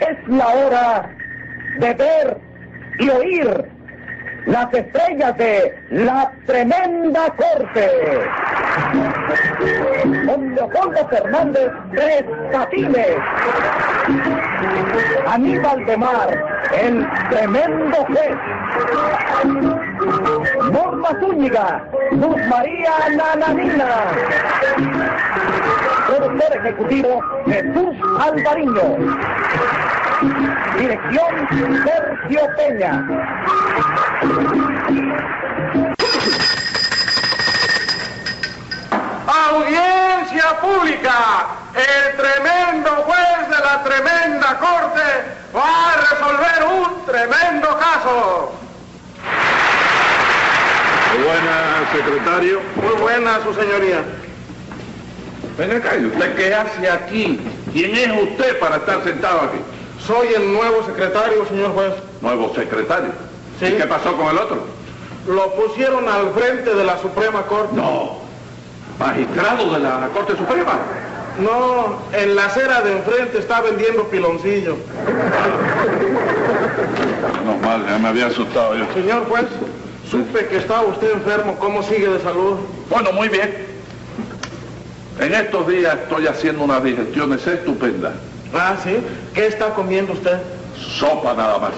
Es la hora de ver y oír las estrellas de la tremenda corte. Don Leopoldo Fernández Tres Patines. Aníbal de Mar, el tremendo juez. Norma Zúñiga, Luz María Nananina. Productor ejecutivo Jesús Alvariño. Dirección Sergio Peña. Audiencia pública. El tremendo juez de la tremenda corte va a resolver un tremendo caso. Muy buenas, secretario. Muy buena, su señoría. Ven acá, ¿y usted qué hace aquí? ¿Quién es usted para estar sentado aquí? Soy el nuevo secretario, señor juez. Nuevo secretario. Sí. ¿Y qué pasó con el otro? Lo pusieron al frente de la Suprema Corte. No. Magistrado de la Corte Suprema. No, en la acera de enfrente está vendiendo piloncillo. No, mal, ya me había asustado yo. Señor juez, supe que estaba usted enfermo. ¿Cómo sigue de salud? Bueno, muy bien. En estos días estoy haciendo unas digestiones estupendas. Ah, sí. ¿Qué está comiendo usted? Sopa nada más.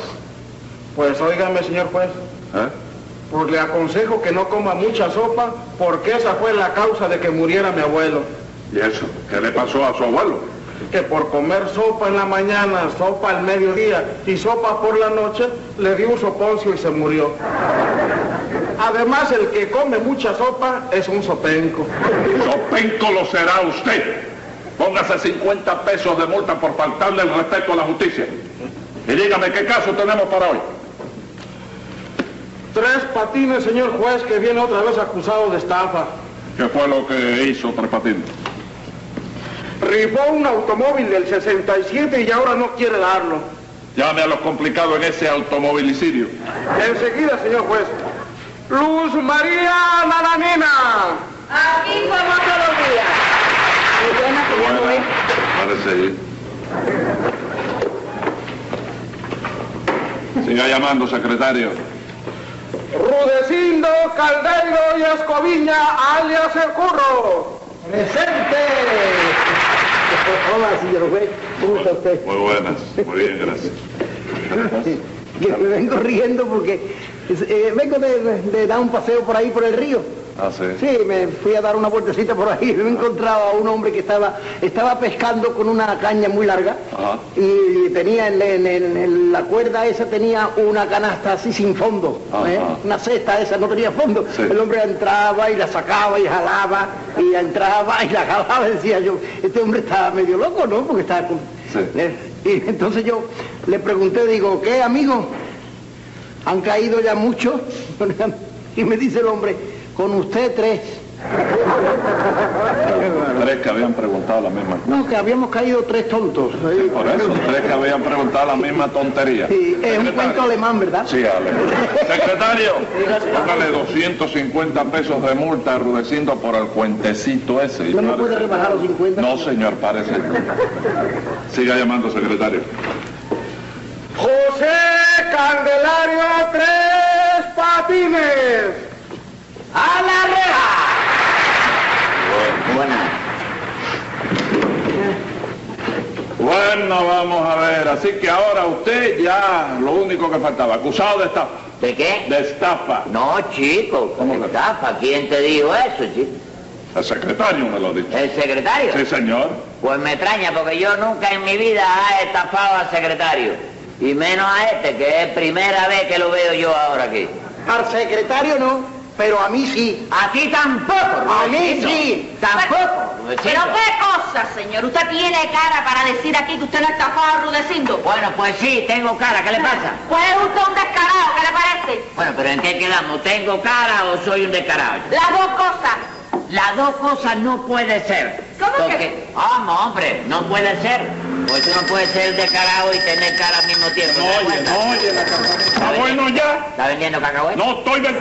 Pues óigame, señor juez. ¿Eh? Pues le aconsejo que no coma mucha sopa porque esa fue la causa de que muriera mi abuelo. ¿Y eso? ¿Qué le pasó a su abuelo? Que por comer sopa en la mañana, sopa al mediodía y sopa por la noche, le dio un soponcio y se murió. Además, el que come mucha sopa es un sopenco. Sopenco lo será usted. Póngase 50 pesos de multa por faltarle el respeto a la justicia. Y dígame qué caso tenemos para hoy. Tres patines, señor juez, que viene otra vez acusado de estafa. ¿Qué fue lo que hizo Tres Patines? Rifó un automóvil del 67 y ahora no quiere darlo. Llame a los complicados en ese automovilicidio. Enseguida, señor juez. Luz María Nananina. Aquí como todos los días. Muy buena, señor juez. Parece ir. Siga llamando, secretario. Rudecindo Caldeiro y Escoviña, alias El Curro. Hola, señor juez. ¿Cómo está usted? Muy buenas. Muy bien, gracias. Que me vengo riendo porque eh, vengo de, de dar un paseo por ahí por el río. Ah, sí. Sí, me fui a dar una vueltecita por ahí y me encontraba a un hombre que estaba, estaba pescando con una caña muy larga Ajá. y tenía en, en- en- en la cuerda esa tenía una canasta así sin fondo, Ajá. ¿eh? una cesta esa no tenía fondo. Ah, Sí. El hombre entraba y la sacaba y jalaba y entraba y la jalaba, decía yo, este hombre está medio loco, ¿no? Porque estaba con... Sí. Eh, Y entonces yo le pregunté, digo, ¿qué amigo? ¿Han caído ya muchos? Y me dice el hombre, con usted tres. Tres que habían preguntado la misma. No, que habíamos caído tres tontos. Por eso, tres que habían preguntado la misma tontería. Sí, es un Secretario. cuento alemán, ¿verdad? Sí, alemán. Secretario, póngale 250 pesos de multa a Rudecindo por el cuentecito ese. No me puede rebajar los 50. No, señor, parece. Siga llamando, secretario. José Candelario Tres Patines. ¡A la reja! Bueno, vamos a ver. Así que ahora usted ya, lo único que faltaba, acusado de estafa. ¿De qué? De estafa. No, chico, ¿Cómo que? estafa? ¿Quién te dijo eso, chico? El secretario me lo ha dicho. ¿El secretario? Sí, señor. Pues me extraña porque yo nunca en mi vida he estafado al secretario. Y menos a este, que es primera vez que lo veo yo ahora aquí. Al secretario no, pero a mí sí. A ti tampoco. A mí Rudecindo. sí. Tampoco. Pero Rudecindo. qué cosa, señor. Usted tiene cara para decir aquí que usted no está arrudeciendo. Bueno, pues sí, tengo cara. ¿Qué le pasa? Pues es usted un descarado, ¿qué le parece? Bueno, pero ¿en qué quedamos? ¿Tengo cara o soy un descarado? Las dos cosas. Las dos cosas no puede ser. ¿Cómo que? Porque- Vamos, hombre, no puede ser. Pues tú no puedes ser de carajo y tener cara al mismo tiempo. No ¿te das oye, cuenta? no oye la campana. Está Ah, bueno ya. ¿Está vendiendo eh? cacahuetes? No estoy ven-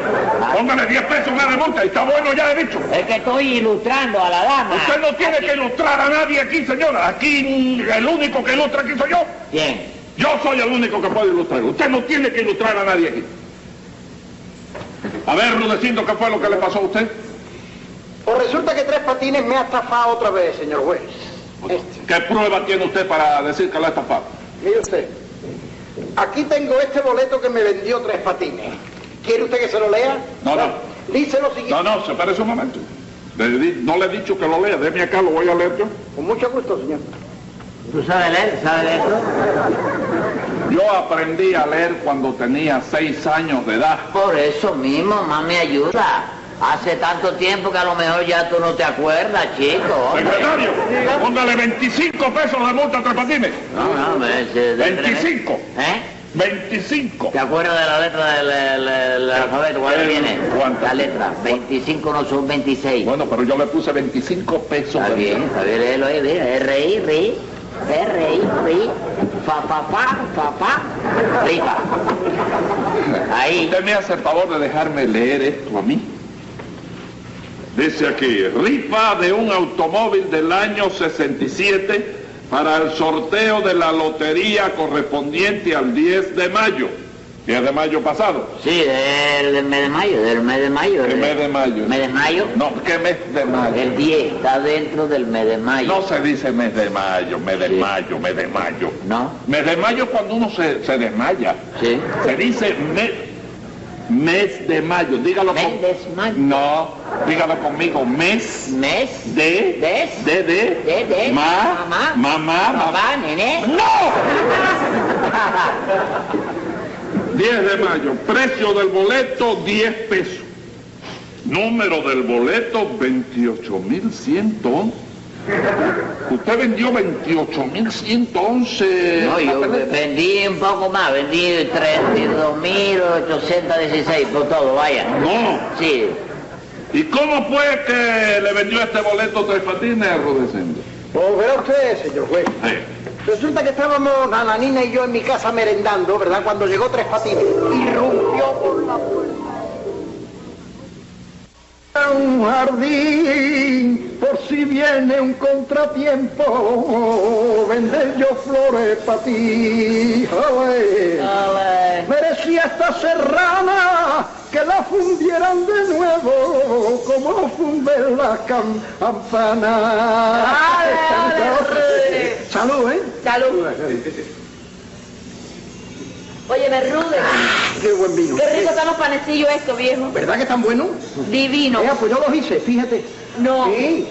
Póngale 10 pesos más de multa. Está bueno ya, he dicho. Es que estoy ilustrando a la dama. Usted no tiene Aquí. que ilustrar a nadie aquí, señora. Aquí el único que ilustra aquí soy yo. Bien. Yo soy el único que puedo ilustrar. Usted no tiene que ilustrar a nadie aquí. A ver, Rudecindo, ¿qué fue lo que le pasó a usted? Pues resulta que Tres Patines me ha estafado otra vez, señor juez. Este, ¿Qué prueba tiene usted para decir que la ha estafado? mire usted. Aquí tengo este boleto que me vendió Tres Patines. ¿Quiere usted que se lo lea? No, no. Dice lo siguiente. No, no, se parece un momento. Le di- no le he dicho que lo lea. Deme acá, lo voy a leer yo. Con mucho gusto, señor. ¿Tú sabes leer? ¿Sabes leer tú? Yo aprendí a leer cuando tenía seis años de edad. Por eso mismo, mami, ayuda. Hace tanto tiempo que a lo mejor ya tú no te acuerdas, chico. hombre. Secretario, póngale 25 pesos de multa a Tres Patines. No, no, me... se- de- 25. ¿Eh? 25. ¿Te acuerdas de la letra del del- del alfabeto? ¿Cuál el- viene? ¿cuánto? La letra. 25 no son 26. Bueno, pero yo le puse 25 pesos. Está de bien, multa. está bien, léelo ahí, mira. R-I, RI, R-I, RI, fa, fa, fa, fa, fa, rifa. Ahí. Usted me hace el favor de dejarme leer esto a mí. Dice aquí, rifa de un automóvil del año 67 para el sorteo de la lotería correspondiente al 10 de mayo. 10 de mayo pasado. Sí, del mes de mayo, del mes de mayo. El del- mes de mayo. ¿Mes de mayo? No, ¿qué mes de mayo? El 10 está dentro del mes de mayo. No se dice mes de mayo, mes de Sí. mayo, mes de mayo. ¿No? Mes de mayo es cuando uno se, se desmaya. Sí. Se dice me- mes de mayo. Dígalo Mes con- de mayo. No, dígalo conmigo. Mes Mes de... Des. De, de... de, de, Ma, mamá, Mamá. papá, nené. ¡No! 10 de mayo. Precio del boleto, 10 pesos. Número del boleto, 28.111. Usted vendió 28.111. No, yo papeletas. vendí un poco más, vendí 32.816 por todo, vaya. No. Sí, ¿Y cómo fue que le vendió este boleto Tres Patines, Rudecindo? Pues verá usted, señor juez. Eh, Resulta que estábamos Nananina y yo en mi casa merendando, ¿verdad? Cuando llegó Tres Patines. Irrumpió por la puerta. Era un jardín, por si viene un contratiempo, vender yo flores para ti. ¡Ole! Merecía esta serrana que la fundieran de nuevo, como funden las cam- campanas. ¡Ale, ale, Salud, ¿eh? Salud. Óyeme, Rude, Qué buen vino. qué rico están los panecillos estos, viejo. ¿Verdad que están buenos? Divino. Vea, pues yo los hice, fíjate. No. Sí.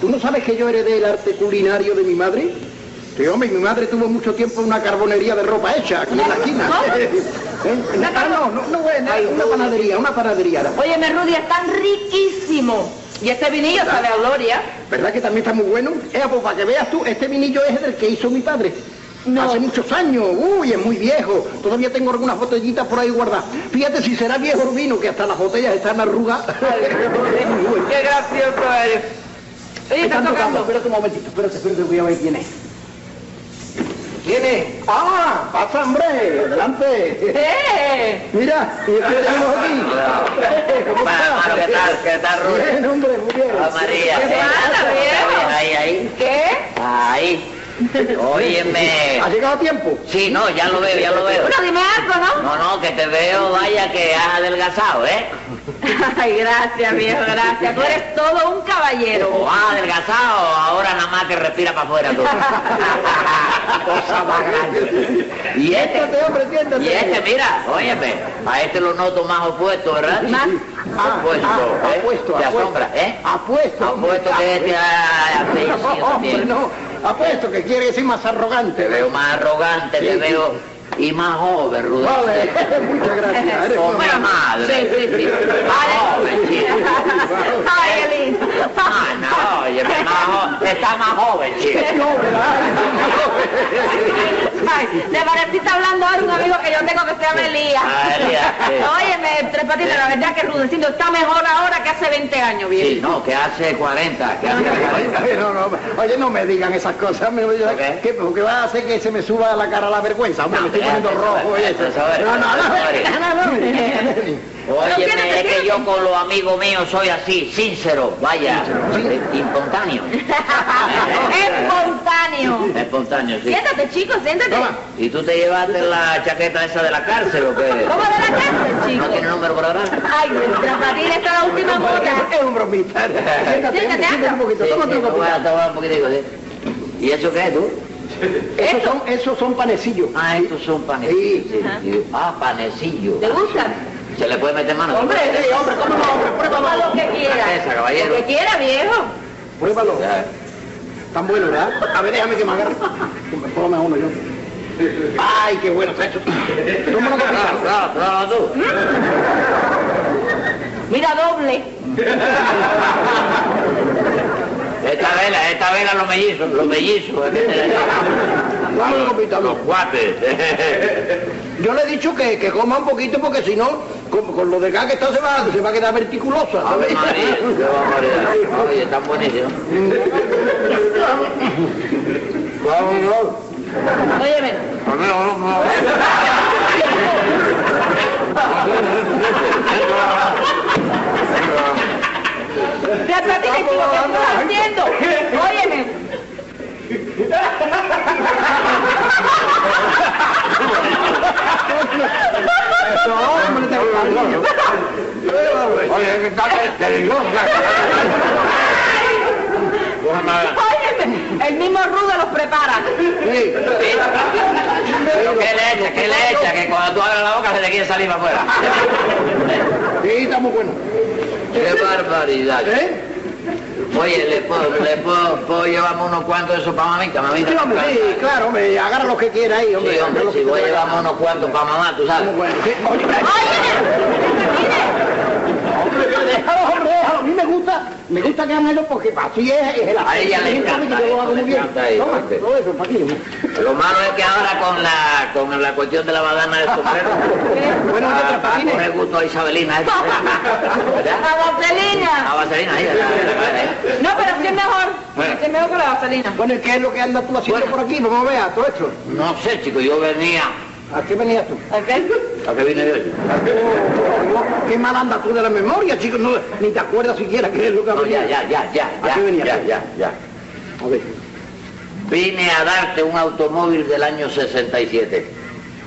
¿Tú no sabes que yo heredé el arte culinario de mi madre? Sí, hombre, y mi madre tuvo mucho tiempo una carbonería de ropa hecha aquí en la esquina. ¿Cómo? ¿Eh? ¿Una Ah, no, no, no, bueno, Ay, una no. panadería, una panadería. Óyeme, Rudy, están riquísimos. Y este vinillo sabe a gloria. ¿Verdad que también está muy bueno? Eh, pues para que veas tú, este vinillo es del que hizo mi padre. No. Hace muchos años, uy, es muy viejo. Todavía tengo algunas botellitas por ahí guardadas. Fíjate si será viejo el vino, que hasta las botellas están arrugadas. Muy bueno. Qué gracioso eres. Oye, están tocando. Espérate un momentito, espérate, espérate, voy a ver quién es. ¿Quién es? ¡Ah! ¡Pasa, hombre! ¡Adelante! ¡Eh! Mira, y este tenemos aquí. ¿Cómo Bueno, estás? ¿qué tal? ¿Qué tal, Rubén? Bien, hombre, muy bien. Ah, María. ¿Qué eh, pasa, viejo? Ahí, ahí. ¿Qué? Ahí. Óyeme. ¿Ha llegado a tiempo? Sí, no, ya lo veo, ya lo veo. Bueno, dime algo, ¿no? No, no, que te veo, vaya, que has adelgazado, ¿eh? Ay, gracias, viejo, gracias. Tú eres todo un caballero. O has adelgazado, ahora nada más que respira para afuera tú. Cosa más grande. Y este, Siéntate, hombre, siéntate. y este, mira, óyeme, a este lo noto más opuesto, ¿verdad? Más. Ah, opuesto, ah, ¿eh? apuesto, Te apuesto. asombra, ¿eh? Apuesto, hombre, Apuesto que este ha No, apellido hombre, también. no. Apuesto que quiere decir más arrogante, Te veo veo. más arrogante, Sí, te sí. veo y más joven, Vale, Rudolf. muchas gracias. eres Como bueno. la madre. Sí, sí, sí. Más joven, chico. Ay, qué lindo. Ah, no, oye, más joven. Está más joven, chico. No, ¿verdad? Ay, de parecí está hablando ahora un amigo que yo tengo que se llama Elías. Ah, Elías, sí. Óyeme, Tres Patines, la verdad que Rudecindo está mejor ahora que hace 20 años, viejo. Sí, no, que hace 40, que hace 40. Ay, no, no, oye, no me digan esas cosas. hombre, oye, ¿Por qué? ¿qué? Porque va a hacer que se me suba a la cara la vergüenza. Hombre, No, me estoy hombre, poniendo déjate rojo. saber, oye. déjate saber, No, no, déjate no, no, no, no. Oye, Pero quédate, es que quédate. yo con los amigos míos soy así, sincero, vaya, eh, espontáneo. Espontáneo. Espontáneo, sí. Siéntate, chico, siéntate. Toma. ¿Y tú te llevaste la chaqueta esa de la cárcel o qué? ¿Cómo de la cárcel, chico? ¿No tiene número por ahora? Ay, Tres Patines, esta es la última gota. Es un bromista. Siéntate, Siéntate, siéntate anda. un poquito. Sí, Toma sí, otro te voy copito. a tomar un poquitico, sí. ¿Y eso qué es tú? Esos son, esos son panecillos. Ah, estos son panecillos. Sí. sí. Ajá. Y yo, Ah, panecillo. ¿Te gusta? ¿Se le puede meter mano? Hombre, sí, hombre, cómo no, hombre, Toma pruébalo. lo que quiera. Esa, caballero. Lo que quiera, viejo. Pruébalo. Ya. eh, Tan bueno, ¿verdad? A ver, déjame que me agarre. Póngame uno yo. Ay, qué bueno, está hecho. Toma una copita. Prueba, prueba tú. Mira, doble. Esta vela, esta vela los mellizos, los mellizos. Dame una copita, Los no. cuates. Yo le he dicho que, que coma un poquito porque si no, con, con lo de acá que está se va, se va a quedar verticulosa. Ave ¿sabes? María, qué barbaridad. Oye, están buenísimos. Óyeme. Tres Patines, chico, ¿qué estás haciendo? Óyeme. Eso, hombre, te voy a dar. Oye, que tal peligrosa. Óyeme. El mismo Rudo los prepara. Sí. Pero qué leche, qué leche, que cuando tú abres la boca se te quiere salir para afuera. Sí, está muy bueno. Qué barbaridad. ¿Eh? Oye, ¿le puedo, le puedo, puedo llevarme unos cuantos de esos para mamita? Mamita, Sí, hombre, sí, claro, hombre, agarra lo que quiera ahí, hombre. Sí, hombre, agarra lo si que voy a te vaya. llevarme unos cuantos para mamá, tú sabes. Muy bueno, sí. Oye, Óyeme. déjalo, hombre, déjalo. A mí me gusta, me gusta que hagan eso porque así es, es el A ella le Yo encanta lo eso, hago le muy bien. encanta eso, Toma, hombre. todo eso, para aquí. Lo malo es que ahora con la, con la cuestión de la badana de ah, sombrero, Bueno, va- oye, Tres va a Patines. coger gusto a Isabelina. ¿eh? ¿Verdad? La A vaselina. Vaselina, ahí, a la- a la- ¿eh? No, pero sí es mejor. Sí es mejor que la vaselina. Bueno, ¿y qué es lo que andas tú haciendo Bueno. por aquí? Vamos a ver a todo esto. No sé, chico, yo venía... ¿A qué venías tú? ¿Ok? ¿A qué vine yo? No, Oh, Qué mal andas tú de la memoria, chico. No, ni te acuerdas siquiera qué es lo que No, había. ya, ya, ya, ya, ¿A qué ya, venía? ya, ya, ya. A ver, Vine a darte un automóvil del año 67.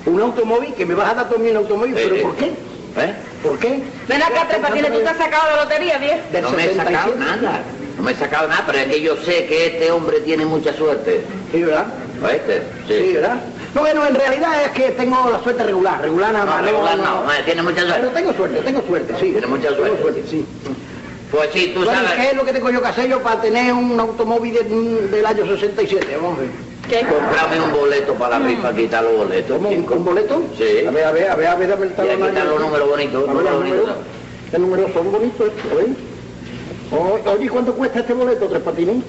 un automóvil, que me vas a dar también un automóvil, Eh, pero eh. ¿por qué? ¿Eh? ¿Por qué? Ven acá, Tres Patines, tú te has sacado de lotería, viejo. Del no me he sacado 77. nada, no me he sacado nada, pero es que yo sé que este hombre tiene mucha suerte. Sí, ¿verdad? ¿Oíste? Sí. ¿verdad? No, bueno, en realidad es que tengo la suerte regular, regular nada No, más. regular no, eh, tiene mucha Pero suerte. tengo suerte, tengo suerte, sí. Tiene mucha Tengo suerte. sí. Pues sí, tú Bueno, ¿y ¿qué sabes, es lo que tengo yo que hacer yo para tener un automóvil de- del año 67? Vamos a ver. ¿Qué? comprame un boleto para la rifa, quita los boletos. ¿Cómo? ¿Un, chico. un boleto? Sí. A ver, a ver, a ver, a ver, dame el Y aquí talón están ahí. los números bonitos, A ver, números los números. bonitos. ¿Qué números son bonitos estos? A ver. O- Oye, ¿cuánto cuesta este boleto, Tres Patines?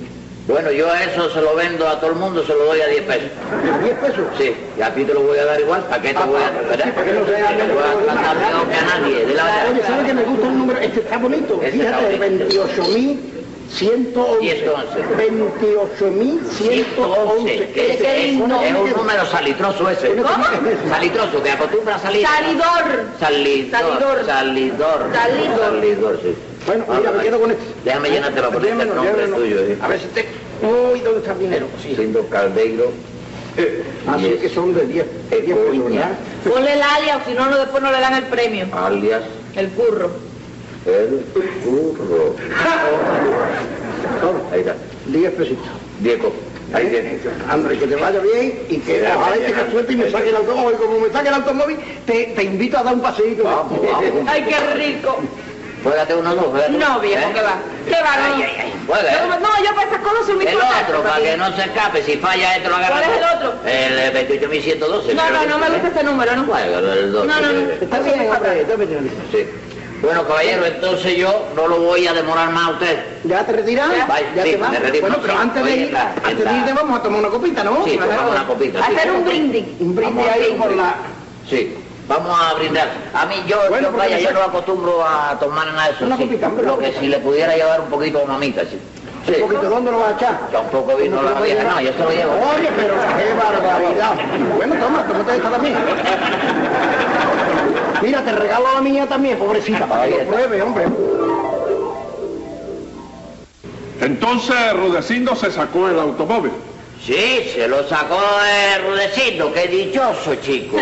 Bueno, yo eso se lo vendo a todo el mundo, se lo doy a 10 pesos. ¿A 10 pesos? Ah, Sí, y a ti te lo voy a dar igual, ¿para qué te voy a dar? Sí, para que no sea- Te voy a tratar peor que a nadie, de la Oye, verdad. ¿sabes que me gusta el número? Este está bonito. Este está Fíjate, bonito. 28.111. 111. 28.111. que Ese ese Es, es un es un número. número salitroso ese. ¿Cómo? Salitroso, que acostumbra a salir. Salidor. Salidor. Salidor. Salidor. Salidor. Salidor, sí. Bueno, mira, me quedo con este. Déjame llenarte la boleta, el Llévenlo, nombre llévenlo. tuyo. eh. A ver si te... Uy, ¿dónde está el dinero? Sí. Eh, Siendo Caldeiro. Así Yes. que son de 10. de 10 Coño. pesos, ¿verdad? Ponle el alias, o si no, no, después no le dan el premio. alias El curro. El Curro. Ahí está. 10 pesitos. Diego. Ahí tienes. André, que te vaya bien y que ojalá y tengas suerte y me saque el automóvil. Como me saque Pues el automóvil, te, te invito a dar un paseíto. Vamos, vamos. Ay, qué rico. Juégate uno, dos. juégate uno. No, viejo, ¿Eh? ¿qué va? ¿Qué va? No, Ay, ay, ay. Juega, Yo eh. como- no, yo para esas cosas soy muy El corta, otro, para Patines. que no se escape, si falla esto lo agarra. ¿Cuál es el tú. otro? El eh, 28.112. No, no, no me gusta ese número, no. Juega, el 12. No, no, no. Está bien, hombre, está bien. eh, Sí. Bueno, caballero, entonces yo no lo voy a demorar más a usted. ¿Ya te retiras? Vaya, ¿Ya sí, te vas? me retiro. Bueno, pero Sí, antes de oye, ir, está, antes de está. irte vamos a tomar una copita, ¿no? Sí, tomamos una copita. sí. Hacer un brindis. Un brindis Vamos a ahí brindar. por la... Sí, vamos a brindar. A mí yo, Bueno, yo, porque vaya, me yo saca- no acostumbro a tomar nada de eso. Una sí. copita, hombre, Lo una que copita. si le pudiera llevar un poquito a mamita, sí. Sí. Un poquito, ¿dónde lo vas a echar? Ya un poco ¿Dónde vino la lo vas a vieja. llevar? No, yo se lo llevo. Oye, pero qué barbaridad. Bueno, toma, tómate esta también. Mira, te regalo la mía también, pobrecita, para que Ahí lo está. pruebe, hombre. Entonces Rudecindo se sacó el automóvil. Sí, se lo sacó de Rudecindo, qué dichoso, chico.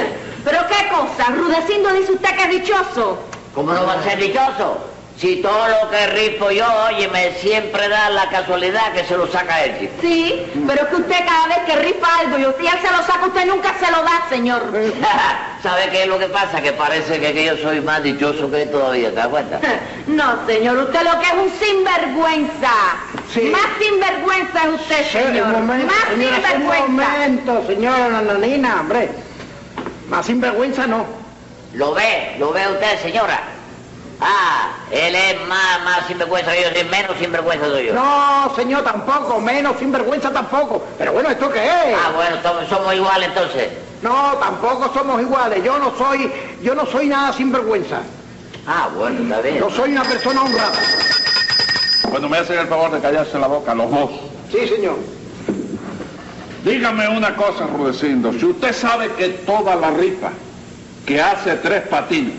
Pero qué cosa, Rudecindo dice usted que es dichoso. ¿Cómo no va a ser dichoso? Si todo lo que rifo yo, oye, me siempre da la casualidad que se lo saca él, chico. Sí, pero es que usted cada vez que rifa algo y usted se lo saca, usted nunca se lo da, señor. ¿Sabe qué es lo que pasa? Que parece que, que yo soy más dichoso que él todavía, ¿te das cuenta? No, señor, usted lo que es un sinvergüenza. Sí. Más sinvergüenza es usted, señor. Un momento, Más señora, sinvergüenza. un momento, señora Nananina, hombre. Más sinvergüenza no. ¿Lo ve? ¿Lo ve usted, señora? Ah, él es más, más sinvergüenza que yo, soy menos sinvergüenza soy yo. No, señor, tampoco, menos sinvergüenza tampoco. Pero bueno, ¿esto qué es? Ah, bueno, to- somos iguales entonces. No, tampoco somos iguales. Yo no soy, yo no soy nada sinvergüenza. Ah, bueno, está bien. Yo soy una persona honrada. Cuando me hacen el favor de callarse la boca, los dos. Sí, señor. Dígame una cosa, Rudecindo. Si usted sabe que toda la rifa que hace tres patines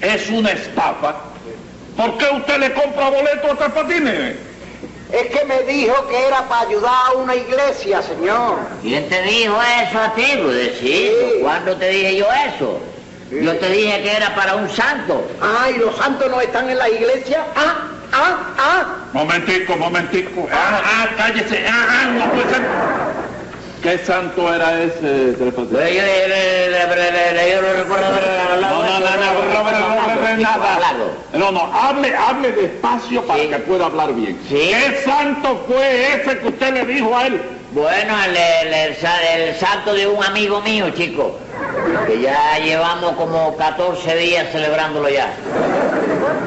es una estafa, ¿por qué usted le compra boleto a tres patines? Es que me dijo que era para ayudar a una iglesia, señor. ¿Quién te dijo eso a ti, Rudecindo? Sí. ¿Cuándo te dije yo eso? Sí. Yo te dije que era para un santo. Ay, los santos no están en la iglesia. Ah, ah, ah. Momentico, momentico. Ah, ah, cállese. Ah, ah, no puede ser. ¿Qué santo era ese tres Yo, yo, patines? yo, yo no recuerdo No, no, no, no, no, no, no, no, no, nada. No, no, hable, hable despacio para Sí. que pueda hablar bien. Sí. ¿Qué santo fue ese que usted le dijo a él? Bueno, el, el- el sa- el santo de un amigo mío, chico, que ya llevamos como 14 días celebrándolo ya.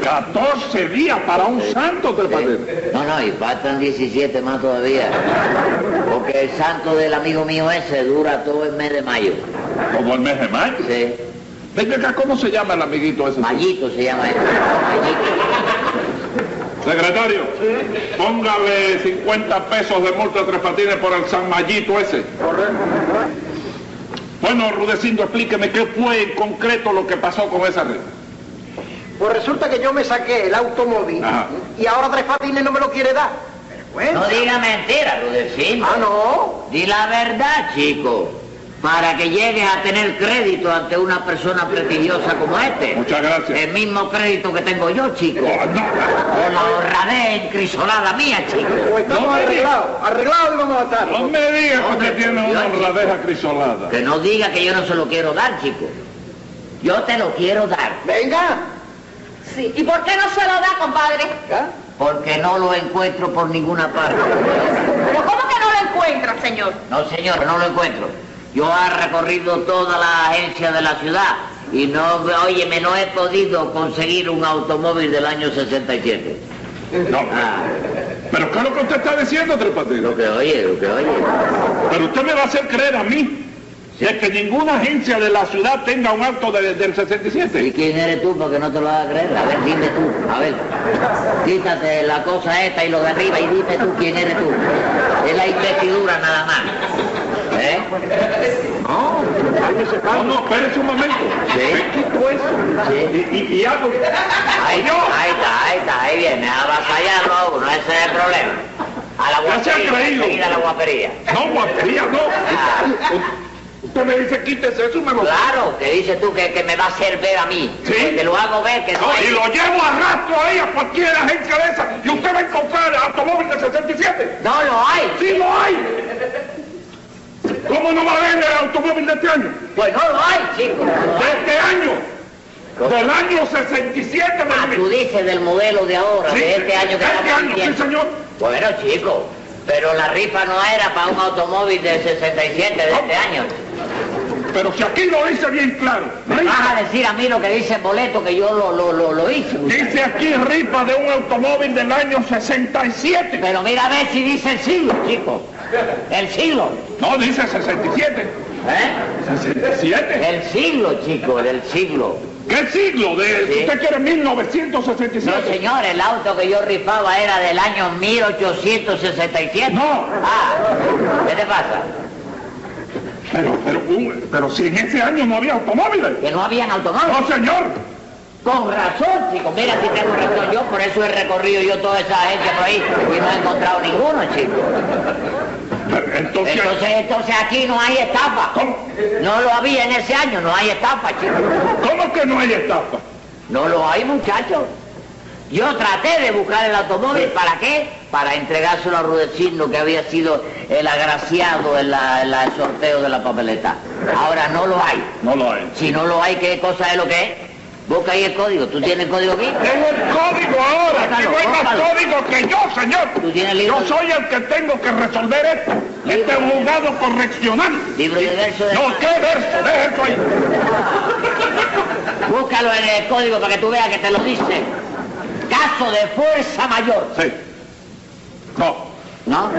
14 días para un santo, tres patines. No, no, y faltan 17 más todavía, porque el santo del amigo mío ese dura todo el mes de mayo. Como el mes de mayo. Sí. Venga acá, ¿cómo se llama el amiguito ese? Mayito se llama él. Mayito. Secretario, póngale 50 pesos de multa a Tres Patines por el San Mayito ese. Bueno, Rudecindo, explíqueme qué fue en concreto lo que pasó con esa red. Pues resulta que yo me saqué el automóvil Ajá. y ahora tres patines no me lo quiere dar. No diga mentira, Rudecindo. Ah, no. Di la verdad, chico, para que llegues a tener crédito ante una persona prestigiosa como este. Muchas gracias. El mismo crédito que tengo yo, chico. Oh, no, Con la honradez encrisolada mía, chico. Pues estamos No me diga. arreglados. Arreglados y vamos a estar. no me digas que usted tiene una honradez acrisolada. Que no diga que yo no se lo quiero dar, chico. Yo te lo quiero dar, Venga. Sí. ¿Y por qué no se lo da, compadre? ¿Ya? porque no lo encuentro por ninguna parte. ¿Pero cómo que no lo encuentra, señor? No, señor, no lo encuentro. Yo he recorrido toda la agencia de la ciudad y no, óyeme, no he podido conseguir un automóvil del año 67. No, Ah, pero ¿qué es lo que usted está diciendo, Tres Patines? lo que oye, lo que oye. Pero usted me va a hacer creer a mí de que ninguna agencia de la ciudad tenga un acto de- del 67. ¿Y quién eres tú para que no te lo haga creer? A ver, dime tú, a ver. Quítate la cosa esta y lo de arriba y dime tú quién eres tú. Es la investidura nada más. ¿Eh? No, No, no, espérese un momento. Sí. Me quito eso Sí. y, y- y hago... Ahí, ahí está, ahí está, ahí viene, a avasallarlo a uno, ese es el problema. A la Ya se ha guapería, creído. enseguida a la guapería. No, guapería, no. Ah, Usted me dice, quítese eso y me lo... claro, que dices tú que, que me va a hacer ver a mí. Pues Sí. Que te lo hago ver que no, No, es- y lo llevo a rastro ahí a cualquier agencia de esa y usted va a encontrar el automóvil del 67. no lo hay. ¡Sí lo hay! ¿Cómo no va a haber el automóvil de este año? Pues no lo hay, chico. no lo ¡De hay. este año! ¡Del año 67! Ah, del tú dices del modelo de ahora, Sí, de este año que este estamos año, sí, viviendo. señor. Bueno, chico, pero la rifa no era para un automóvil del 67 de este año. Pero si aquí lo dice bien claro, Me rifa. vas a decir a mí lo que dice el boleto que yo lo, lo, lo, lo hice. Dice aquí rifa de un automóvil del año 67. Pero mira a ver si dice el siglo, chico. El siglo. No, dice 67. ¿Eh? 67. El siglo, chico, del siglo. ¿Qué siglo? De, Sí. ¿Usted quiere No, 1967? señor, el auto que yo rifaba era del año 1867. No. Ah, ¿qué te pasa? pero, pero, un- pero si en ese año no había automóviles. Que no habían automóviles. No, señor. Con razón, chico. Mira si tengo razón yo, por eso he recorrido yo toda esa gente por ahí y no he encontrado ninguno, chico. Pero Entonces, Entonces, entonces aquí no hay estafa. ¿cómo, No lo había en ese año, no hay estafa, chico. cómo que no hay estafa? No lo hay, muchachos. Yo traté de buscar el automóvil, ¿para qué? Para entregárselo a Rudecindo, que había sido el agraciado en, la- en la- el sorteo de la papeleta. Ahora no lo hay. No lo hay. Si no lo hay, ¿qué cosa es lo que es? Busca ahí el código. ¿Tú tienes el código aquí? Tengo el código ahora, aquí Bótalo, no hay más bótalo. código que yo, señor. ¿Tú tienes libro? Yo soy el que tengo que resolver esto. Este es un juzgado correccional. Libro de verso de... No, qué verso, deja eso ahí. Búscalo en el código para que tú veas que te lo dice. Caso de fuerza mayor. Sí. No, ¿No?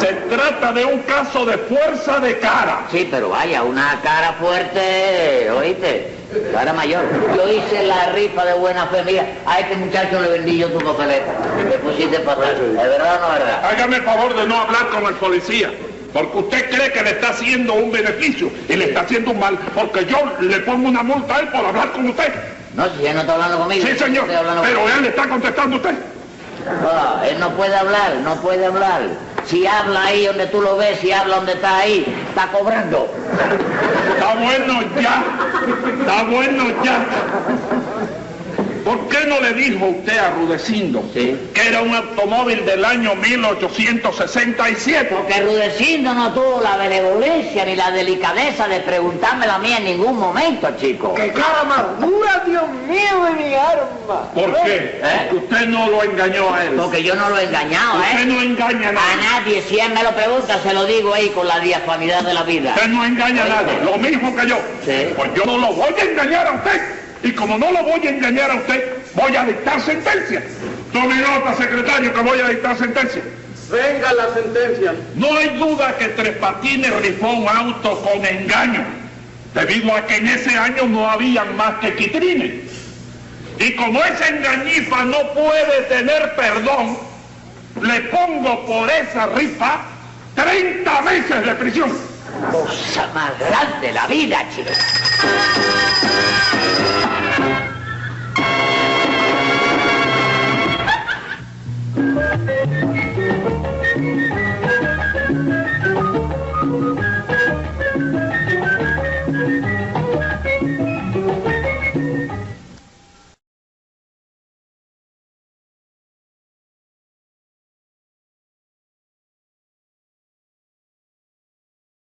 se trata de un caso de fuerza de cara. Sí, pero vaya, una cara fuerte, ¿oíste? Cara mayor. Yo hice la rifa de buena fe, mira, a este muchacho le vendí yo tu papeleta. Le pusiste papel. ¿Es verdad o no es verdad? Hágame el favor de no hablar con el policía. Porque usted cree que le está haciendo un beneficio y le está haciendo un mal. Porque yo le pongo una multa a él por hablar con usted. No, si él no está hablando conmigo. Sí, señor. Estoy hablando Pero él le está contestando a usted. con- Ah, él no puede hablar, no puede hablar. Si habla ahí donde tú lo ves, si habla donde está ahí, está cobrando. Está bueno ya. Está bueno ya. ¿Por qué no le dijo usted a Rudecindo Sí. que era un automóvil del año 1867? Porque Rudecindo no tuvo la benevolencia ni la delicadeza de preguntármela a mí en ningún momento, chico. ¡Qué cara más dura, Dios mío, de mi arma! ¿Por qué? ¿Eh? Porque usted no lo engañó a él. Porque yo no lo he engañado, ¿eh? Ah, Usted no engaña a A nadie. nadie, si él me lo pregunta, se lo digo ahí con la diafanidad de la vida. Usted no engaña a nadie, lo mismo que yo. Sí. Pues yo no lo voy a engañar a usted. Y como no lo voy a engañar a usted, voy a dictar sentencia. Tome nota, secretario, que voy a dictar sentencia. Venga la sentencia. No hay duda que Tres Patines rifó un auto con engaño, debido a que en ese año no habían más que quitrines. Y como esa engañifa no puede tener perdón, le pongo por esa rifa 30 meses de prisión. Cosa más grande la vida, chico.